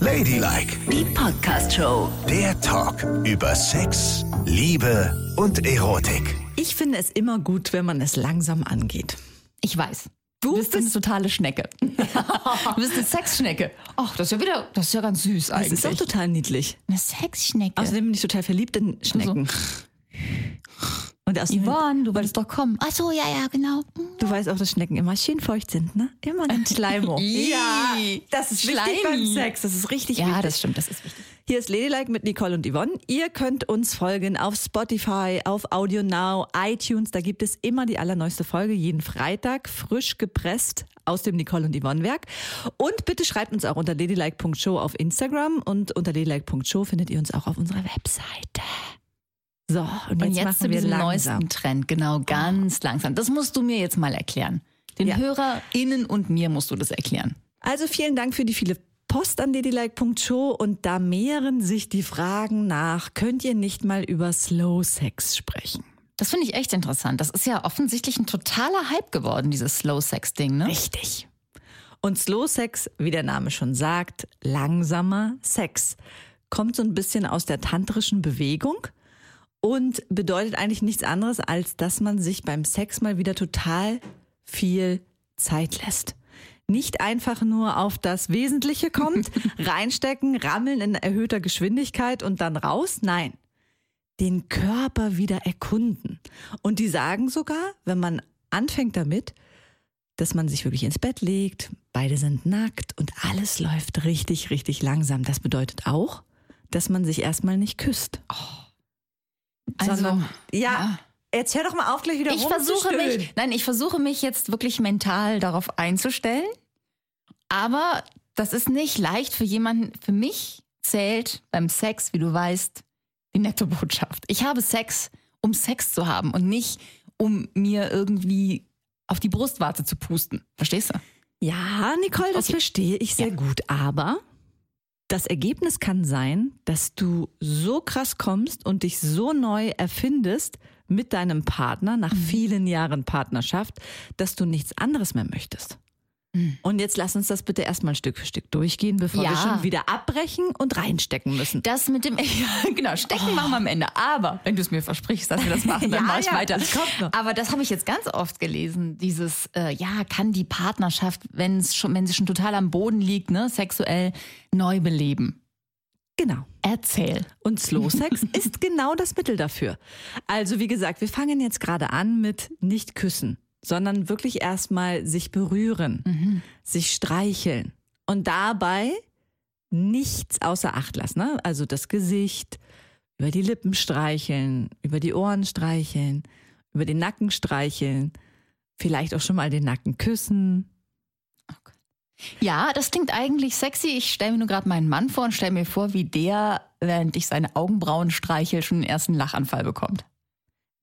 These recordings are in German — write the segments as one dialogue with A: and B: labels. A: Ladylike,
B: Die Podcast-Show.
A: der Talk über Sex, Liebe und Erotik.
C: Ich finde es immer gut, wenn man es langsam angeht.
D: Ich weiß.
C: Du
D: Du bist eine
C: bist-
D: totale Schnecke. du bist eine Sexschnecke. Ach, das ist ja wieder, das ist ja ganz süß
C: Das
D: eigentlich.
C: ist auch total niedlich.
D: eine Sexschnecke.
C: Außerdem bin ich total verliebt in Schnecken. Und außerdem,
D: Yvonne, du wolltest doch kommen. Hm. Ach so, ja, ja, genau. Hm.
C: du weißt auch, dass Schnecken immer schön feucht sind, ne? Immer ein Schleimo.
D: Ih,
C: das ist
D: Schleimi.
C: wichtig beim Sex. Das ist richtig
D: Ja,
C: wichtig.
D: das stimmt, das ist wichtig.
C: Hier ist Ladylike mit Nicole und Yvonne. Ihr könnt uns folgen auf Spotify, auf Audio Now, iTunes. Da gibt es immer die allerneueste Folge, jeden Freitag, frisch gepresst aus dem Nicole und Yvonne Werk. Und bitte schreibt uns auch unter ladylike.show auf Instagram und unter ladylike.show findet ihr uns auch auf unserer Webseite. So, und jetzt,
D: Und jetzt,
C: machen
D: zu
C: wir
D: diesem
C: langsam.
D: neuesten Trend, genau, ganz langsam. Das musst du mir jetzt mal erklären. Den
C: Ja.
D: HörerInnen und mir musst du das erklären.
C: Also vielen Dank für die viele Post an ladylike.show und da mehren sich die Fragen nach, könnt ihr nicht mal über Slow Sex sprechen?
D: Das finde ich echt interessant. Das ist ja offensichtlich ein totaler Hype geworden, dieses Slow-Sex-Ding, ne?
C: Richtig. Und Slow Sex, wie der Name schon sagt, langsamer Sex, kommt so ein bisschen aus der tantrischen Bewegung und bedeutet eigentlich nichts anderes, als dass man sich beim Sex mal wieder total viel Zeit lässt. Nicht einfach nur auf das Wesentliche kommt, reinstecken, rammeln in erhöhter Geschwindigkeit und dann raus. Nein den Körper wieder erkunden. Und die sagen sogar, wenn man anfängt damit, dass man sich wirklich ins Bett legt, beide sind nackt und alles läuft richtig, richtig langsam. Das bedeutet auch, dass man sich erstmal nicht küsst.
D: Also,
C: sondern, ja,
D: ja.
C: jetzt hör doch mal auf, gleich wieder
D: Ich versuche
C: rumzustöhnen.
D: mich, nein, ich versuche mich jetzt wirklich mental darauf einzustellen. Aber das ist nicht leicht für jemanden. Für mich zählt beim Sex, wie du weißt, die nette Botschaft. Ich habe Sex, um Sex zu haben und nicht, um mir irgendwie auf die Brustwarze zu pusten. Verstehst du?
C: Ja, Nicole, das
D: Okay.
C: verstehe ich sehr
D: Ja.
C: gut. Aber das Ergebnis kann sein, dass du so krass kommst und dich so neu erfindest mit deinem Partner
D: Mhm.
C: nach vielen Jahren Partnerschaft, dass du nichts anderes mehr möchtest. Und jetzt lass uns das bitte erstmal Stück für Stück durchgehen, bevor wir
D: Mhm. Ja.
C: schon wieder abbrechen und reinstecken müssen.
D: Das mit dem, ja, genau, stecken machen wir am Ende. Aber wenn du es mir versprichst, dass wir das machen, dann
C: Ja,
D: mach ich
C: ja,
D: weiter.
C: das kommt noch.
D: Aber das habe ich jetzt ganz oft gelesen. Dieses, äh, ja, kann die Partnerschaft, wenn es schon, wenn sie schon total am Boden liegt, ne, sexuell neu beleben.
C: Genau.
D: Erzähl.
C: Und Slow Sex ist genau das Mittel dafür. Also wie gesagt, wir fangen jetzt gerade an mit nicht küssen, sondern wirklich erstmal sich berühren,
D: Mhm.
C: sich streicheln und dabei nichts außer Acht lassen. Ne? Also das Gesicht, über die Lippen streicheln, über die Ohren streicheln, über den Nacken streicheln, vielleicht auch schon mal den Nacken küssen.
D: Ja, das klingt eigentlich sexy. Ich stelle mir nur gerade meinen Mann vor und stelle mir vor, wie der, während ich seine Augenbrauen streichel, schon den ersten Lachanfall bekommt.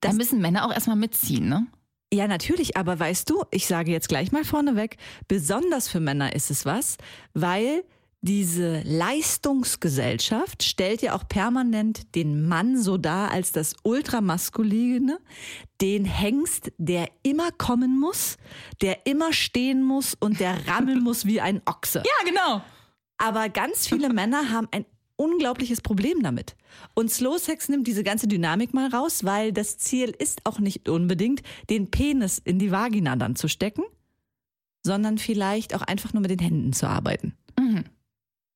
D: Da
C: Das-
D: müssen Männer auch erstmal mitziehen, ne?
C: Ja, natürlich, aber weißt du, ich sage jetzt gleich mal vorneweg, besonders für Männer ist es was, weil diese Leistungsgesellschaft stellt ja auch permanent den Mann so dar als das Ultramaskuline, den Hengst, der immer kommen muss, der immer stehen muss und der rammeln muss wie ein Ochse.
D: Ja, genau.
C: Aber ganz viele Männer haben ein unglaubliches Problem damit. Und Slow Sex nimmt diese ganze Dynamik mal raus, weil das Ziel ist auch nicht unbedingt, den Penis in die Vagina dann zu stecken, sondern vielleicht auch einfach nur mit den Händen zu arbeiten.
D: Mhm.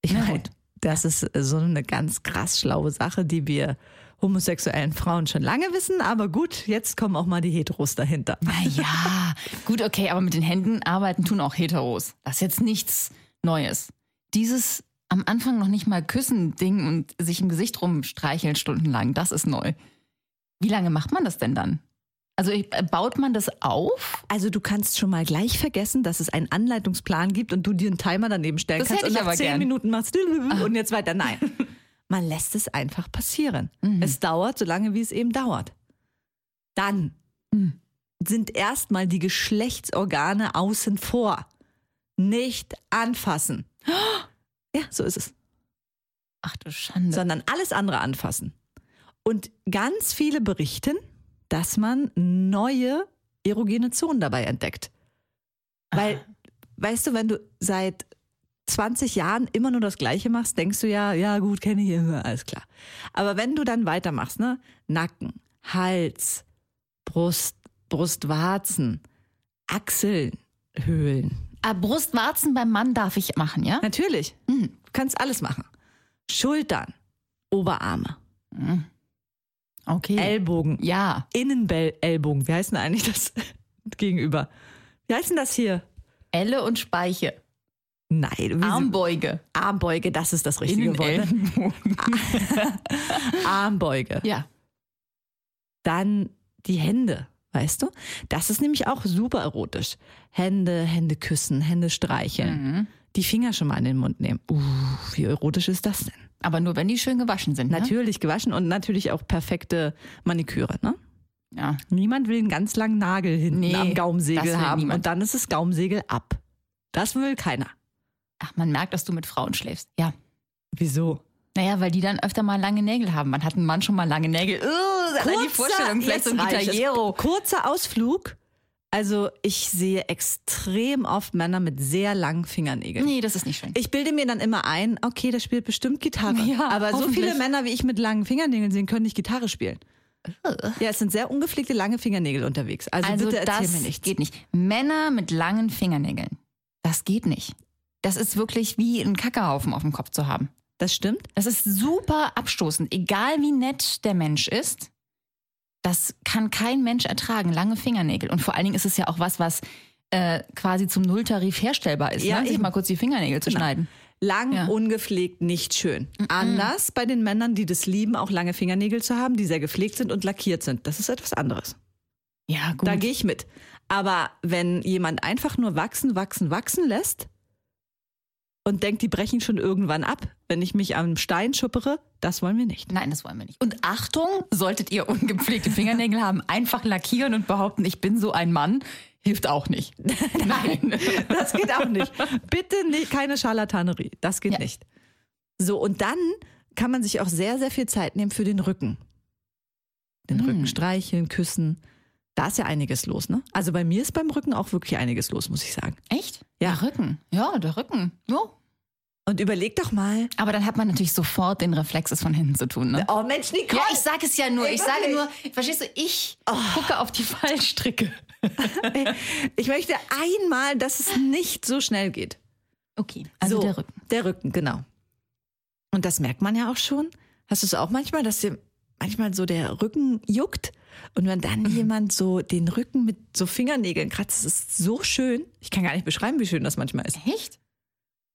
C: Ich
D: Na
C: meine,
D: gut.
C: das ist so eine ganz krass schlaue Sache, die wir homosexuellen Frauen schon lange wissen. Aber gut, jetzt kommen auch mal die Heteros dahinter.
D: Naja, Ah gut, okay, aber mit den Händen arbeiten tun auch Heteros. Das ist jetzt nichts Neues. Dieses am Anfang noch nicht mal küssen-Ding und sich im Gesicht rumstreicheln stundenlang, das ist neu. Wie lange macht man das denn dann? Also ich- äh, baut man das auf?
C: Also du kannst schon mal gleich vergessen, dass es einen Anleitungsplan gibt und du dir einen Timer daneben stellen
D: Das
C: kannst
D: hätte
C: und
D: ich
C: nach
D: aber
C: zehn
D: gern. Ah.
C: Minuten machst und jetzt weiter. Nein. Man lässt es einfach passieren.
D: Mhm.
C: Es dauert so lange, wie es eben dauert. Dann
D: Mhm.
C: sind erstmal die Geschlechtsorgane außen vor. Nicht anfassen. Ja, so ist es
D: Ach du Schande.
C: sondern alles andere anfassen. Und ganz viele berichten, dass man neue erogene Zonen dabei entdeckt. Weil, weißt du, wenn du seit 20 Jahren immer nur das Gleiche machst, denkst du ja, ja gut, kenne ich, ja, alles klar. Aber wenn du dann weitermachst, ne, Nacken, Hals, Brust, Brustwarzen, Achseln, Höhlen.
D: Ah, Brustwarzen beim Mann darf ich machen, ja?
C: Natürlich,
D: Mhm.
C: du kannst alles machen. Schultern, Oberarme,
D: Mhm. Okay.
C: Ellbogen,
D: ja,
C: Innenellbogen. Wie heißt denn eigentlich das gegenüber? Wie heißt denn das hier?
D: Elle und Speiche.
C: Nein, wie-
D: Armbeuge.
C: Armbeuge, das ist das richtige Wort. ne?
D: Innenellenbogen.
C: Armbeuge.
D: Ja.
C: Dann die Hände, weißt du? Das ist nämlich auch super erotisch. Hände, Hände küssen, Hände streicheln.
D: Mhm.
C: Die Finger schon mal in den Mund nehmen. Uh, wie erotisch ist das denn?
D: Aber nur, wenn die schön gewaschen sind. ne?
C: Natürlich gewaschen und natürlich auch perfekte Maniküre, ne?
D: Ne? Ja.
C: Niemand will einen ganz langen Nagel hinten
D: Nee,
C: am
D: das
C: Gaumensegel
D: will
C: haben
D: niemand.
C: und dann ist das Gaumensegel ab. Das will keiner.
D: Ach, man merkt, dass du mit Frauen schläfst. Ja.
C: Wieso?
D: Naja, weil die dann öfter mal lange Nägel haben. Man hat einen Mann schon mal lange Nägel. Ugh, allein die Vorstellung, vielleicht so ein
C: jetzt reicht es.
D: Gitaillero.
C: Kurzer Ausflug. Also ich sehe extrem oft Männer mit sehr langen Fingernägeln.
D: Nee, das ist nicht schön.
C: Ich bilde mir dann immer ein, okay, der spielt bestimmt Gitarre.
D: Ja,
C: aber so
D: hoffentlich.
C: viele Männer, wie ich mit langen Fingernägeln sehen, können nicht Gitarre spielen. Ja, es sind sehr ungepflegte lange Fingernägel unterwegs. Also,
D: Also
C: bitte erzähl
D: das
C: mir nichts.
D: geht nicht. Männer mit langen Fingernägeln, das geht nicht. Das ist wirklich wie einen Kackerhaufen auf dem Kopf zu haben.
C: Das stimmt?
D: Das ist super abstoßend. Egal wie nett der Mensch ist, das kann kein Mensch ertragen. Lange Fingernägel. Und vor allen Dingen ist es ja auch was, was äh, quasi zum Nulltarif herstellbar ist.
C: Ja,
D: ne? sich
C: eben.
D: mal kurz die Fingernägel zu
C: Genau.
D: schneiden.
C: Lang,
D: Ja.
C: ungepflegt, nicht schön. Anders bei den Männern, die das lieben, auch lange Fingernägel zu haben, die sehr gepflegt sind und lackiert sind. Das ist etwas anderes.
D: Ja, gut.
C: Da gehe ich mit. Aber wenn jemand einfach nur wachsen, wachsen, wachsen lässt und denkt, die brechen schon irgendwann ab, wenn ich mich am Stein schuppere, das wollen wir nicht.
D: Nein, das wollen wir nicht. Und Achtung, solltet ihr ungepflegte Fingernägel haben, einfach lackieren und behaupten, ich bin so ein Mann, hilft auch nicht. Nein.
C: Das geht auch nicht. Bitte nicht, keine Scharlatanerie. Das geht
D: Ja.
C: nicht. So, und dann kann man sich auch sehr, sehr viel Zeit nehmen für den Rücken. Den
D: Hm.
C: Rücken streicheln, küssen. Da ist ja einiges los, ne? Also bei mir ist beim Rücken auch wirklich einiges los, muss ich sagen.
D: Echt?
C: Ja.
D: Der Rücken. Ja, der Rücken. Ja.
C: Und überleg doch mal.
D: Aber dann hat man natürlich sofort den Reflex, es von hinten zu tun. Ne?
C: Oh Mensch, Nicole!
D: Ja, ich sag es ja nur.
C: Ey,
D: Ich sage
C: wirklich?
D: nur, verstehst du, ich gucke auf die Fallstricke.
C: Ich möchte einmal, dass es nicht so schnell geht.
D: Okay, also
C: so,
D: der Rücken.
C: Der Rücken, genau. Und das merkt man ja auch schon. Hast du es auch manchmal, dass dir manchmal so der Rücken juckt? Und wenn dann
D: Mhm.
C: jemand so den Rücken mit so Fingernägeln kratzt, das ist so schön. Ich kann gar nicht beschreiben, wie schön das manchmal ist.
D: Echt?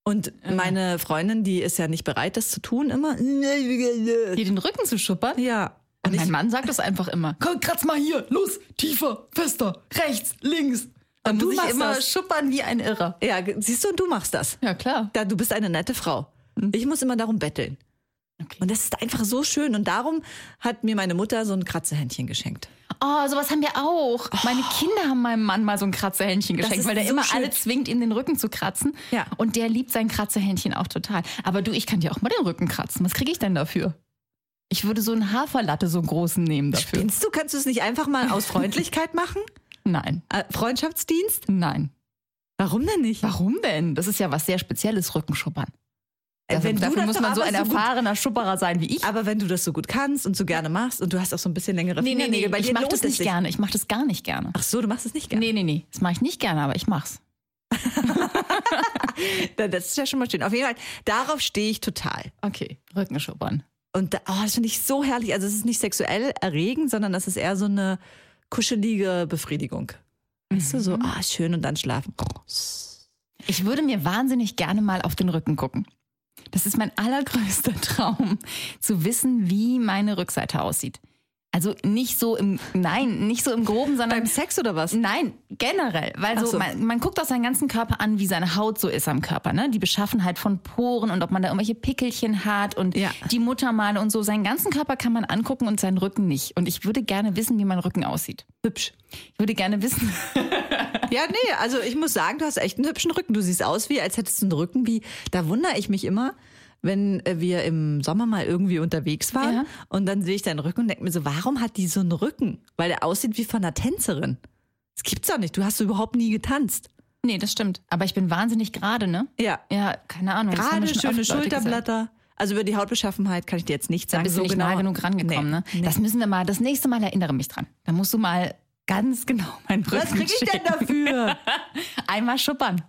C: Und
D: Mhm.
C: meine Freundin, die ist ja nicht bereit, das zu tun immer.
D: Dir den Rücken zu schuppern?
C: Ja.
D: Und mein Mann sagt das einfach immer. Komm, kratz mal hier, los, tiefer, fester, rechts, links. Dann
C: Und du
D: muss ich
C: machst
D: immer
C: das.
D: schuppern wie ein Irrer.
C: Ja, ge- siehst du, und du machst das.
D: Ja, klar.
C: Da, du bist eine nette Frau. Ich muss immer darum betteln.
D: Hm. Okay.
C: Und das ist einfach so schön. Und darum hat mir meine Mutter so ein Kratzehändchen geschenkt.
D: Oh, sowas haben wir auch. Meine Kinder haben meinem Mann mal so ein Kratzehändchen
C: Oh. Das
D: geschenkt,
C: ist
D: weil der
C: so
D: immer
C: schön.
D: alle zwingt, ihm den Rücken zu kratzen.
C: Ja.
D: Und der liebt sein Kratzehändchen auch total. Aber du, ich kann dir auch mal den Rücken kratzen. Was kriege ich denn dafür? Ich würde so einen Haferlatte, so einen großen nehmen dafür.
C: Spinnst du? Kannst du es nicht einfach mal aus Freundlichkeit machen?
D: Nein,
C: Äh, Freundschaftsdienst?
D: nein.
C: Warum denn nicht?
D: Warum denn? Das ist ja was sehr Spezielles, Rückenschuppern.
C: Äh,
D: Dafür,
C: wenn du
D: dafür
C: das
D: muss
C: doch
D: man so
C: aber
D: ein
C: so gut-
D: erfahrener Schupperer sein wie ich.
C: Aber wenn du das so gut kannst und so gerne machst und du hast auch so ein bisschen längere
D: nee, nee,
C: Fingernägel,
D: nee,
C: bei
D: ich
C: dir
D: mache
C: lohnt
D: das
C: es
D: nicht
C: sich.
D: gerne. Ich mache das gar nicht gerne.
C: Ach so, du machst es nicht gerne.
D: Nee, nee, nee. Das mache ich nicht gerne, aber ich mach's.
C: Da- Das ist ja schon mal schön. Auf jeden Fall, darauf stehe ich total.
D: Okay, Rückenschuppern.
C: Und da, oh, das finde ich so herrlich. Also es ist nicht sexuell erregend, sondern das ist eher so eine kuschelige Befriedigung. Weißt du, so, ah, schön und dann schlafen.
D: Ich würde mir wahnsinnig gerne mal auf den Rücken gucken. Das ist mein allergrößter Traum, zu wissen, wie meine Rückseite aussieht. Also nicht so im, nein, nicht so im Groben, sondern
C: Beim Sex oder was?
D: Nein, generell. Weil
C: Ach
D: so,
C: so.
D: Man, man guckt auch seinen ganzen Körper an, wie seine Haut so ist am Körper. Ne? Die Beschaffenheit von Poren und ob man da irgendwelche Pickelchen hat und
C: Ja.
D: die Muttermale und so. Seinen ganzen Körper kann man angucken und seinen Rücken nicht. Und ich würde gerne wissen, wie mein Rücken aussieht.
C: Hübsch.
D: Ich würde gerne wissen,
C: Ja, nee, also ich muss sagen, du hast echt einen hübschen Rücken. Du siehst aus wie, als hättest du einen Rücken wie, da wundere ich mich immer, wenn äh, wir im Sommer mal irgendwie unterwegs waren
D: Ja.
C: und dann sehe ich deinen Rücken und denke mir so, warum hat die so einen Rücken? Weil der aussieht wie von einer Tänzerin. Das gibt's doch nicht. Du hast überhaupt nie getanzt.
D: Nee, das stimmt. Aber ich bin wahnsinnig gerade, ne?
C: Ja.
D: Ja, keine Ahnung. das haben
C: Gerade
D: mir schon
C: schöne
D: oft Leute gesagt.
C: Schulterblätter. Also über die Hautbeschaffenheit kann ich dir jetzt nicht
D: Da
C: sagen. genau.
D: bist du nicht nah genug rangekommen,
C: Nee.
D: ne? Das müssen wir mal, das nächste Mal erinnere mich dran. Da musst du mal ganz genau meinen Rücken
C: Was krieg ich denn
D: schicken.
C: dafür?
D: Einmal schuppern.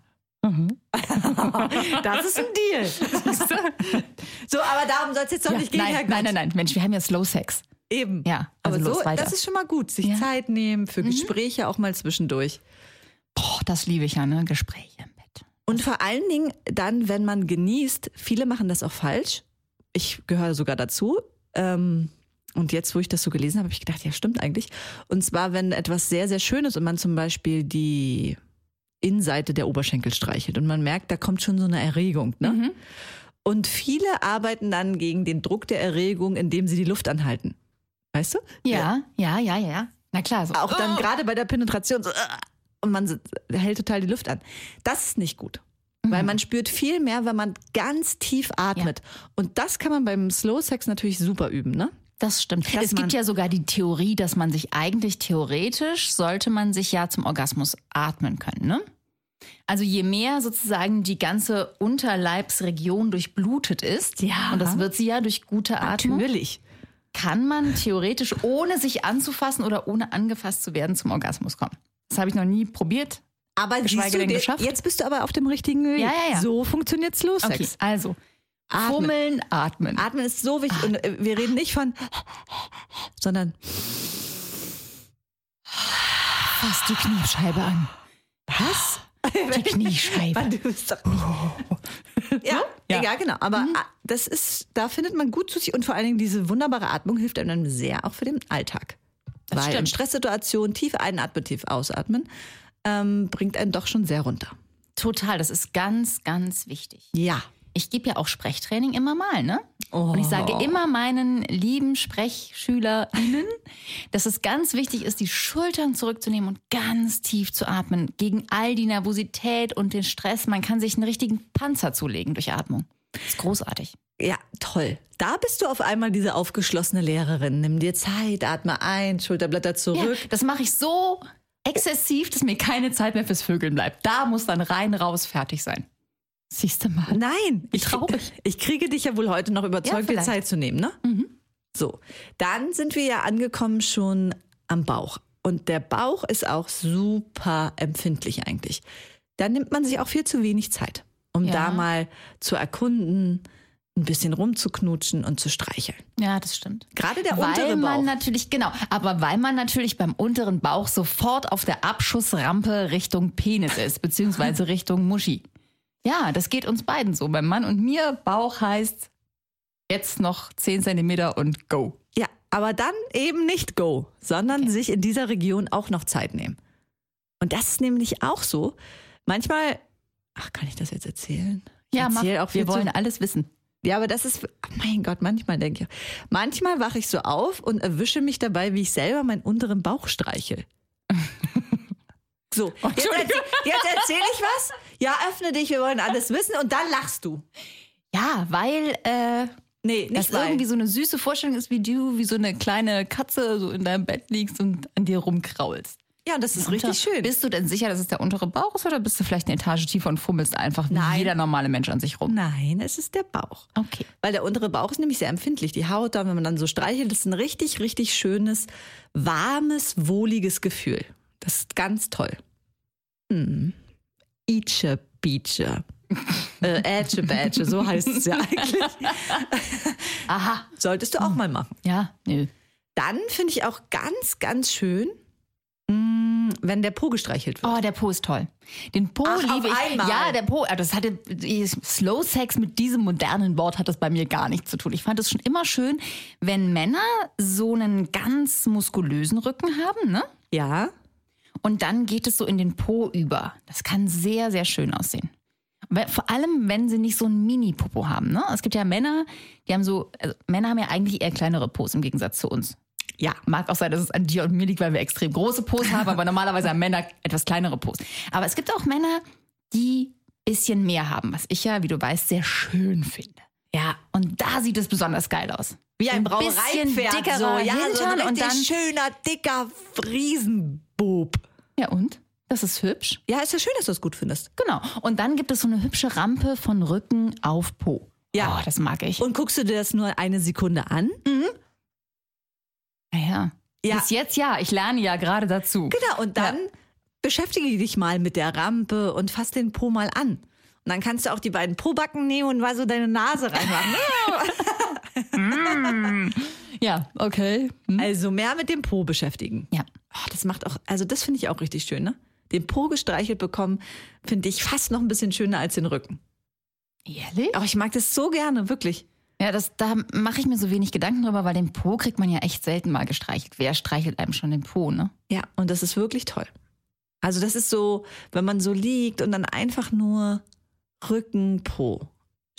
C: Das ist ein Deal. so, aber darum soll es jetzt doch
D: Ja,
C: nicht gehen,
D: nein,
C: Herrgott.
D: nein, nein, nein. Mensch, wir haben ja Slow Sex.
C: Eben.
D: Ja, also
C: aber
D: los
C: so,
D: weiter.
C: das ist schon mal gut. Sich
D: Ja. Mhm.
C: Zeit nehmen für Gespräche auch mal zwischendurch.
D: Boah, das liebe ich ja, ne? Gespräche im Bett.
C: Und vor allen Dingen dann, wenn man genießt, viele machen das auch falsch. Ich gehöre sogar dazu. Ähm, und jetzt, wo ich das so gelesen habe, habe ich gedacht, ja, stimmt eigentlich. Und zwar, wenn etwas sehr, sehr Schönes und man zum Beispiel die Innenseite der Oberschenkel streichelt und man merkt, da kommt schon so eine Erregung. Ne? Und viele arbeiten dann gegen den Druck der Erregung, indem sie die Luft anhalten. Weißt du?
D: Ja, ja, ja, ja, ja. Na klar, so.
C: Auch dann
D: Oh.
C: gerade bei der Penetration. So, äh, und man sitzt- hält total die Luft an. Das ist nicht gut.
D: Mhm.
C: Weil man spürt viel mehr, wenn man ganz tief atmet. Und das kann man beim Slow Sex natürlich super üben, ne?
D: Das stimmt.
C: Dass
D: es gibt
C: man-
D: ja sogar die Theorie, dass man sich eigentlich theoretisch sollte man sich ja zum Orgasmus atmen können, ne? Also je mehr sozusagen die ganze Unterleibsregion durchblutet ist,
C: Ja.
D: und das wird sie ja durch gute Atmung,
C: Natürlich.
D: kann man theoretisch ohne sich anzufassen oder ohne angefasst zu werden zum Orgasmus kommen. Das habe ich noch nie probiert.
C: Aber
D: Geschweige
C: siehst du,
D: denn
C: dir-
D: geschafft?
C: jetzt bist du aber auf dem richtigen Weg.
D: Ja, ja, ja.
C: So funktioniert Slow
D: Okay, Ah.
C: Sex.
D: also
C: Atmen.
D: fummeln, atmen.
C: Atmen ist so wichtig. Und äh, wir reden nicht von, sondern
D: Fass die Kniescheibe an.
C: was?
D: Die Kniescheibe.
C: Wann du bist doch- ja, ja,
D: Ja. Mhm.
C: genau. Aber ah, das ist, da findet man gut zu sich und vor allen Dingen diese wunderbare Atmung hilft einem dann sehr auch für den Alltag.
D: Das
C: Weil in
D: stimmt.
C: Stresssituationen tief einatmen, tief ausatmen, ähm, bringt einen doch schon sehr runter.
D: Total, das ist ganz, ganz wichtig.
C: Ja.
D: ich gebe ja auch Sprechtraining immer mal, ne?
C: Oh.
D: Und ich sage immer meinen lieben SprechschülerInnen, dass es ganz wichtig ist, die Schultern zurückzunehmen und ganz tief zu atmen. Gegen all die Nervosität und den Stress. Man kann sich einen richtigen Panzer zulegen durch Atmung. Das ist großartig.
C: Ja, toll. Da bist du auf einmal diese aufgeschlossene Lehrerin. Nimm dir Zeit, atme ein, Schulterblätter
D: Ja,
C: zurück.
D: das mache ich so exzessiv, dass mir keine Zeit mehr fürs Vögeln bleibt. Da muss dann rein, raus, fertig sein. Siehst du mal.
C: Nein, ich,
D: traurig.
C: ich kriege dich ja wohl heute noch
D: Ja,
C: überzeugt, dir
D: vielleicht.
C: Zeit zu nehmen, ne?
D: Mhm.
C: So, dann sind wir ja angekommen schon am Bauch. Und der Bauch ist auch super empfindlich eigentlich. Da nimmt man sich auch viel zu wenig Zeit, um
D: Ja.
C: da mal zu erkunden, ein bisschen rumzuknutschen und zu streicheln.
D: Ja, das stimmt.
C: Gerade der
D: Weil
C: untere
D: man
C: Bauch.
D: natürlich, genau, aber weil man natürlich beim unteren Bauch sofort auf der Abschussrampe Richtung Penis ist, beziehungsweise Richtung Muschi. Ja, das geht uns beiden so. Beim Mann und mir, Bauch heißt jetzt noch 10 Zentimeter und go.
C: Ja, aber dann eben nicht go, sondern sich in dieser Region auch noch Zeit nehmen. Und das ist nämlich auch so. Manchmal, ach, kann ich das jetzt erzählen? Ich erzähl auch viel
D: wir
C: zu
D: wollen alles wissen.
C: Ja, aber das ist, oh mein Gott, manchmal denke ich, manchmal wache ich so auf und erwische mich dabei, wie ich selber meinen unteren Bauch streichel. So, jetzt,
D: Entschuldigung.
C: erzie- jetzt erzähle ich was. Ja, öffne dich, wir wollen alles wissen und dann lachst du.
D: Ja, weil äh,
C: Nee,
D: das
C: nicht weil.
D: irgendwie so eine süße Vorstellung ist, wie du wie so eine kleine Katze so in deinem Bett liegst und an dir rumkraulst.
C: ja, das ist
D: Unter-
C: richtig schön.
D: Bist du denn sicher, dass es der untere Bauch ist oder bist du vielleicht eine Etage tiefer und fummelst einfach wie
C: Nein.
D: jeder normale Mensch an sich rum?
C: Nein, es ist der Bauch.
D: Okay.
C: Weil der untere Bauch ist nämlich sehr empfindlich. Die Haut da, wenn man dann so streichelt, ist ein richtig, richtig schönes, warmes, wohliges Gefühl. Das ist ganz toll. Hm. Ietsche, Beatsche. Äh, Ätsche, Bätsche, so heißt es ja eigentlich.
D: Aha.
C: Solltest du auch mal machen.
D: Ja, nö.
C: Dann finde ich auch ganz, ganz schön, mh, wenn der Po gestreichelt wird.
D: Oh, der Po ist toll. Den Po
C: Ach,
D: liebe
C: auf
D: ich.
C: einmal.
D: Ja, der Po. Also Das hatte Slow Sex mit diesem modernen Wort hat das bei mir gar nichts zu tun. Ich fand es schon immer schön, wenn Männer so einen ganz muskulösen Rücken haben, ne?
C: Ja.
D: Und dann geht es so in den Po über. Das kann sehr, sehr schön aussehen. Weil- Vor allem, wenn sie nicht so einen Mini-Popo haben. Ne? Es gibt ja Männer, die haben so, also Männer haben ja eigentlich eher kleinere Po's im Gegensatz zu uns.
C: Ja.
D: Mag auch sein, dass es an dir und mir liegt, weil wir extrem große Po's haben, aber normalerweise haben Männer etwas kleinere Po's. Aber es gibt auch Männer, die bisschen mehr haben, was ich ja, wie du weißt, sehr schön finde.
C: Ja.
D: Und da sieht es besonders geil aus.
C: Wie ein
D: bisschen
C: Brauereipferd.
D: dickerer
C: so, ja, so
D: Hintern
C: ein
D: und
C: richtig
D: dann-
C: schöner, dicker Riesenbub.
D: Ja und? Das ist hübsch.
C: Ja, ist ja schön, dass du es gut findest.
D: Genau. Und dann gibt es so eine hübsche Rampe von Rücken auf Po.
C: Ja.
D: Oh, das mag ich.
C: Und guckst du dir das nur eine Sekunde an?
D: Naja.
C: Ja.
D: Bis jetzt ja. Ich lerne ja gerade dazu.
C: Genau, und dann beschäftige dich mal mit der Rampe und fass den Po mal an. Und dann kannst du auch die beiden Pobacken nehmen und mal so deine Nase reinmachen. ne?
D: Ja, okay.
C: also mehr mit dem Po beschäftigen.
D: Ja.
C: Oh, das macht auch, also das finde ich auch richtig schön, ne? Den Po gestreichelt bekommen, finde ich fast noch ein bisschen schöner als den Rücken.
D: Ehrlich?
C: Aber ich mag das so gerne, wirklich.
D: Ja, das, da mache ich mir so wenig Gedanken drüber, weil den Po kriegt man ja echt selten mal gestreichelt. Wer streichelt einem schon den Po, ne?
C: Ja, und das ist wirklich toll. Also das ist so, wenn man so liegt und dann einfach nur Rücken, Po,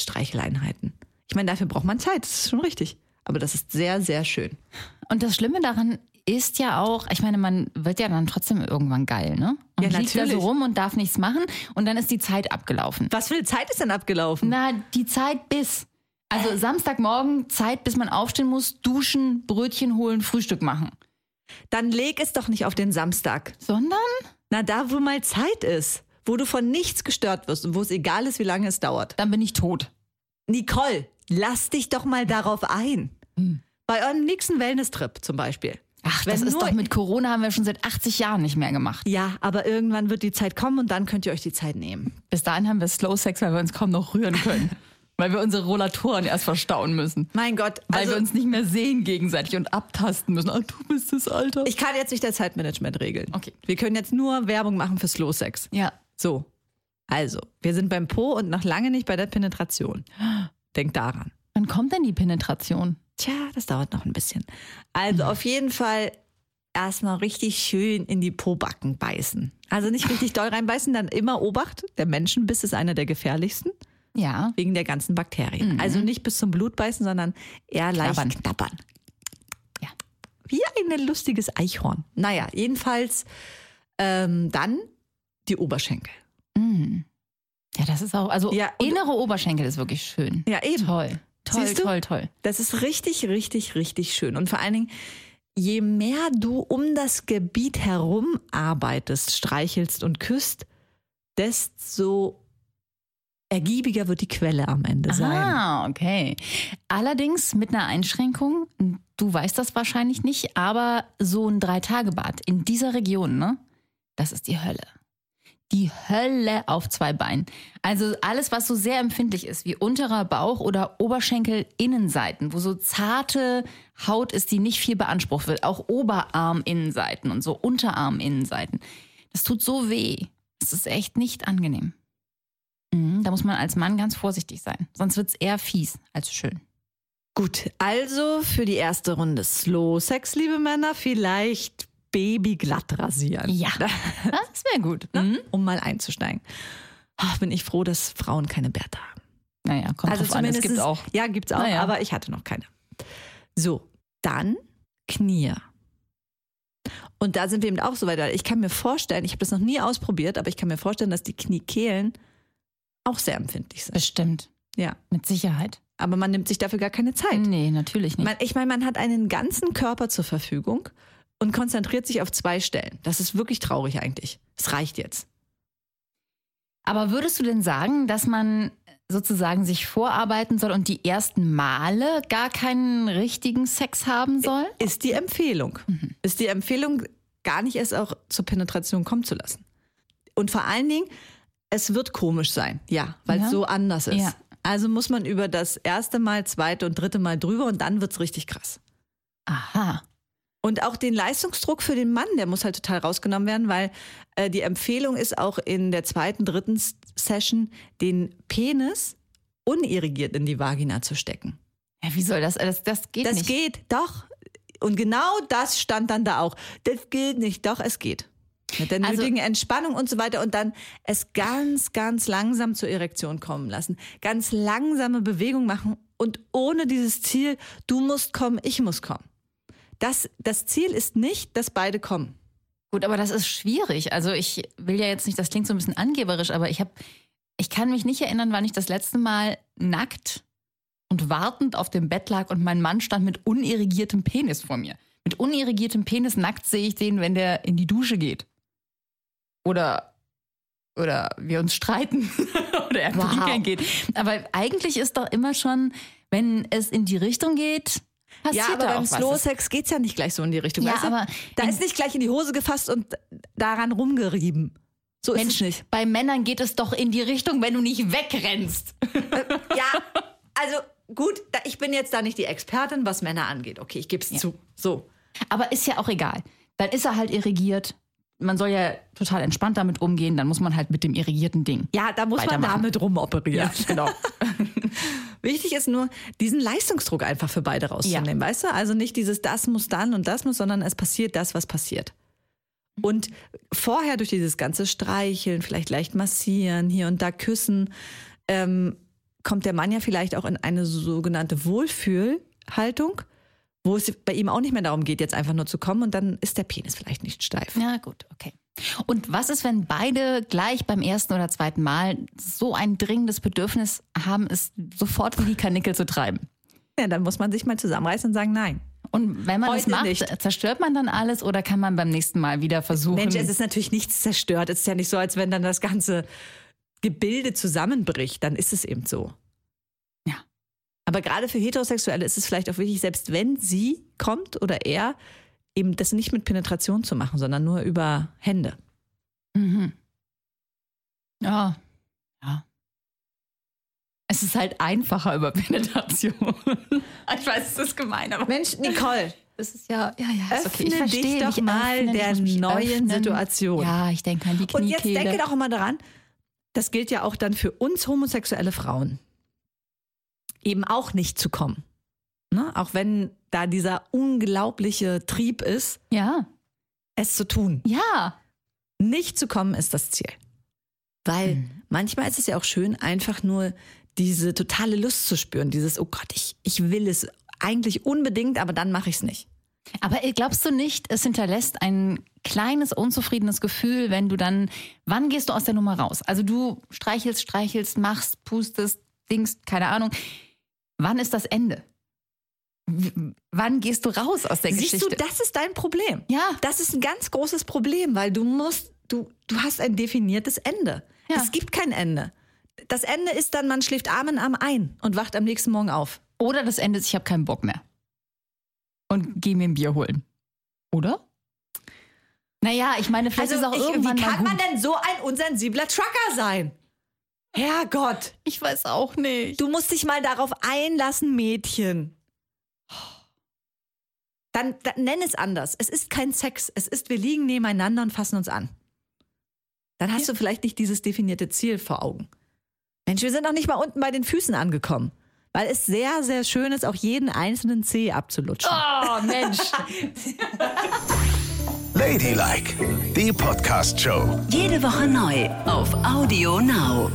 C: Streicheleinheiten. Ich meine, dafür braucht man Zeit, das ist schon richtig. Aber das ist sehr, sehr schön.
D: Und das Schlimme daran ist ja auch, ich meine, man wird ja dann trotzdem irgendwann geil, ne? Und
C: Ja,
D: liegt da so
C: natürlich.
D: rum und darf nichts machen und dann ist die Zeit abgelaufen.
C: Was für eine Zeit ist denn abgelaufen?
D: Na, die Zeit bis. Also Samstagmorgen Zeit, bis man aufstehen muss, duschen, Brötchen holen, Frühstück machen.
C: Dann leg es doch nicht auf den Samstag.
D: Sondern?
C: Na, da, wo mal Zeit ist, wo du von nichts gestört wirst und wo es egal ist, wie lange es dauert.
D: Dann bin ich tot.
C: Nicole, lass dich doch mal darauf ein. Bei eurem nächsten Wellness-Trip zum Beispiel.
D: Hm. Ach,
C: Wenn
D: das ist
C: nur-
D: doch mit Corona haben wir schon seit 80 Jahren nicht mehr gemacht.
C: Ja, aber irgendwann wird die Zeit kommen und dann könnt ihr euch die Zeit nehmen.
D: Bis dahin haben wir Slow Sex, weil wir uns kaum noch rühren können. weil wir unsere Rollatoren erst verstauen müssen.
C: Mein Gott,
D: Weil
C: also
D: wir uns nicht mehr sehen gegenseitig und abtasten müssen. Ah, du bist das Alter.
C: ich kann jetzt nicht das Zeitmanagement regeln.
D: Okay.
C: Wir können jetzt nur Werbung machen für Slow Sex.
D: ja.
C: So, also, wir sind beim Po und noch lange nicht bei der Penetration. Denkt daran.
D: Wann kommt denn die Penetration?
C: Tja, das dauert noch ein bisschen. Also auf jeden Fall erstmal richtig schön in die Pobacken beißen. Also nicht richtig doll reinbeißen, dann immer Obacht. Der Menschenbiss ist einer der gefährlichsten
D: Ja.
C: wegen der ganzen Bakterien. Also nicht bis zum Blut beißen, sondern eher leicht
D: Knabbern.
C: knabbern. knabbern.
D: Ja.
C: Wie ein lustiges Eichhorn. Naja, jedenfalls ähm, dann die Oberschenkel.
D: Mm. Ja, das ist auch. Also
C: Ja, und-
D: innere Oberschenkel ist wirklich schön.
C: Ja, eben.
D: Toll. Toll,
C: Siehst du?
D: toll, toll.
C: Das ist richtig, richtig, richtig schön. Und vor allen Dingen, je mehr du um das Gebiet herum arbeitest, streichelst und küsst, desto ergiebiger wird die Quelle am Ende sein.
D: Ah, okay. Allerdings mit einer Einschränkung, du weißt das wahrscheinlich nicht, aber so ein Drei-Tage-Bad in dieser Region, ne? Das ist die Hölle. Die Hölle auf zwei Beinen. Also alles, was so sehr empfindlich ist, wie unterer Bauch oder Oberschenkel-Innenseiten, wo so zarte Haut ist, die nicht viel beansprucht wird. Auch Oberarm-Innenseiten und so Unterarm-Innenseiten. Das tut so weh. Das ist echt nicht angenehm. Mhm, Da muss man als Mann ganz vorsichtig sein. Sonst wird es eher fies als schön.
C: Gut, also für die erste Runde Slow Sex, liebe Männer, vielleicht Baby glatt rasieren.
D: Ja. Das wäre gut.
C: Ne?
D: Mhm.
C: Um mal einzusteigen. Oh, bin ich froh, dass Frauen keine Bärte haben.
D: Naja, kommt
C: Also
D: drauf an. Es gibt
C: zumindestens-
D: auch.
C: Ja, gibt's auch,
D: Naja.
C: aber ich hatte noch keine. So, dann Knie. Und da sind wir eben auch so weit. weil Ich kann mir vorstellen, ich habe das noch nie ausprobiert, aber ich kann mir vorstellen, dass die Kniekehlen auch sehr empfindlich sind.
D: Bestimmt.
C: Ja,
D: Mit Sicherheit.
C: aber man nimmt sich dafür gar keine Zeit.
D: Nee, natürlich nicht.
C: Halt. Man, ich meine, man hat einen ganzen Körper zur Verfügung und konzentriert sich auf zwei Stellen. Das ist wirklich traurig eigentlich. Es reicht jetzt.
D: Aber würdest du denn sagen, dass man sozusagen sich vorarbeiten soll und die ersten Male gar keinen richtigen Sex haben soll?
C: Ist die Empfehlung.
D: Mhm.
C: Ist die Empfehlung, gar nicht erst auch zur Penetration kommen zu lassen. Und vor allen Dingen, es wird komisch sein, ja, weil es
D: Ja.
C: so anders ist.
D: Ja.
C: Also muss man über das erste Mal, zweite und dritte Mal drüber und dann wird's richtig krass.
D: Aha.
C: Und auch den Leistungsdruck für den Mann, der muss halt total rausgenommen werden, weil äh, die Empfehlung ist auch in der zweiten, dritten S- Session, den Penis unirrigiert in die Vagina zu stecken.
D: Ja, wie soll das? Das, das geht
C: das
D: nicht.
C: geht, doch. Und genau das stand dann da auch. Das geht nicht, doch, es geht. Mit der
D: Also-
C: nötigen Entspannung und so weiter und dann es ganz, ganz langsam zur Erektion kommen lassen. Ganz langsame Bewegung machen und ohne dieses Ziel, du musst kommen, ich muss kommen. Das, das Ziel ist nicht, dass beide kommen.
D: Gut, aber das ist schwierig. Also ich will ja jetzt nicht, das klingt so ein bisschen angeberisch, aber ich habe, ich kann mich nicht erinnern, wann ich das letzte Mal nackt und wartend auf dem Bett lag und mein Mann stand mit unirrigiertem Penis vor mir. Mit unirrigiertem Penis nackt sehe ich den, wenn der in die Dusche geht. oder, oder wir uns streiten oder er
C: Wow.
D: prügeln geht. Aber eigentlich ist doch immer schon, wenn es in die Richtung geht, passiert
C: Ja, aber
D: da
C: beim
D: auch was.
C: Slow Sex geht's ja nicht gleich so in die Richtung.
D: Ja,
C: weißt du?
D: aber
C: da
D: in-
C: ist nicht gleich in die Hose gefasst und daran rumgerieben. So ist es
D: Mensch,
C: nicht.
D: bei Männern geht es doch in die Richtung, wenn du nicht wegrennst.
C: Ja, also gut, da, ich bin jetzt da nicht die Expertin, was Männer angeht. Okay, ich gebe es zu. So.
D: Aber ist ja auch egal. Dann ist er halt irrigiert. Man soll ja total entspannt damit umgehen. Dann muss man halt mit dem irrigierten Ding.
C: Ja, da muss man
D: Weitermachen.
C: damit rumoperieren.
D: genau.
C: Wichtig ist nur, diesen Leistungsdruck einfach für beide rauszunehmen, weißt du? Also nicht dieses, das muss dann und das muss, sondern es passiert das, was passiert. Und vorher durch dieses ganze Streicheln, vielleicht leicht massieren, hier und da küssen, ähm, kommt der Mann ja vielleicht auch in eine sogenannte Wohlfühlhaltung, wo es bei ihm auch nicht mehr darum geht, jetzt einfach nur zu kommen und dann ist der Penis vielleicht nicht steif.
D: Ja, gut, okay. Und was ist, wenn beide gleich beim ersten oder zweiten Mal so ein dringendes Bedürfnis haben, es sofort in die Kanickel zu treiben?
C: Ja, dann muss man sich mal zusammenreißen und sagen, nein.
D: Und wenn man
C: Heute
D: das macht,
C: nicht.
D: zerstört man dann alles oder kann man beim nächsten Mal wieder versuchen?
C: Mensch, es ist natürlich nichts zerstört. Es ist ja nicht so, als wenn dann das ganze Gebilde zusammenbricht. Dann ist es eben so.
D: Ja.
C: Aber gerade für Heterosexuelle ist es vielleicht auch wichtig, selbst wenn sie kommt oder er, eben das nicht mit Penetration zu machen, sondern nur über Hände.
D: Mhm. Ja. Ja. Es ist halt einfacher über Penetration. ich weiß, es ist gemein, aber
C: Mensch, Nicole,
D: es ist ja, ja, ja, ist okay.
C: Öffne
D: Ich verstehe
C: dich doch
D: mich
C: mal
D: öffnen, ich
C: der
D: muss mich
C: neuen
D: öffnen.
C: Situation.
D: Ja, ich denke an die
C: und jetzt
D: Kniekehle.
C: denke doch immer daran, das gilt ja auch dann für uns homosexuelle Frauen, eben auch nicht zu kommen. Ne? Auch wenn da dieser unglaubliche Trieb ist,
D: ja,
C: es zu tun.
D: ja.
C: Nicht zu kommen ist das Ziel. Weil
D: Hm.
C: manchmal ist es ja auch schön, einfach nur diese totale Lust zu spüren. Dieses, oh Gott, ich, ich will es eigentlich unbedingt, aber dann mache ich es nicht.
D: Aber äh, glaubst du nicht, es hinterlässt ein kleines unzufriedenes Gefühl, wenn du dann, wann gehst du aus der Nummer raus? Also du streichelst, streichelst, machst, pustest, dings, keine Ahnung. Wann ist das Ende? W- Wann gehst du raus aus der
C: Siehst du,
D: Geschichte?
C: das ist dein Problem.
D: Ja.
C: Das ist ein ganz großes Problem, weil du musst, du, du hast ein definiertes Ende.
D: Ja.
C: Es gibt kein Ende. Das Ende ist dann, man schläft Arm in Arm ein und wacht am nächsten Morgen auf.
D: Oder das Ende ist, ich habe keinen Bock mehr. Und geh mir ein Bier holen. Oder? Naja, ich meine, vielleicht ist auch
C: Also ich-
D: irgendwann
C: wie kann
D: mal
C: man
D: gut.
C: denn so ein unsensibler Trucker sein? Herrgott,
D: Ich weiß auch nicht.
C: du musst dich mal darauf einlassen, Mädchen. Dann, dann nenn es anders. Es ist kein Sex. Es ist, wir liegen nebeneinander und fassen uns an. Dann hast du vielleicht nicht dieses definierte Ziel vor Augen. Mensch, wir sind noch nicht mal unten bei den Füßen angekommen. Weil es sehr, sehr schön ist, auch jeden einzelnen Zeh abzulutschen.
D: Oh, Mensch.
A: Ladylike, die Podcast-Show.
B: Jede Woche neu auf Audio Now.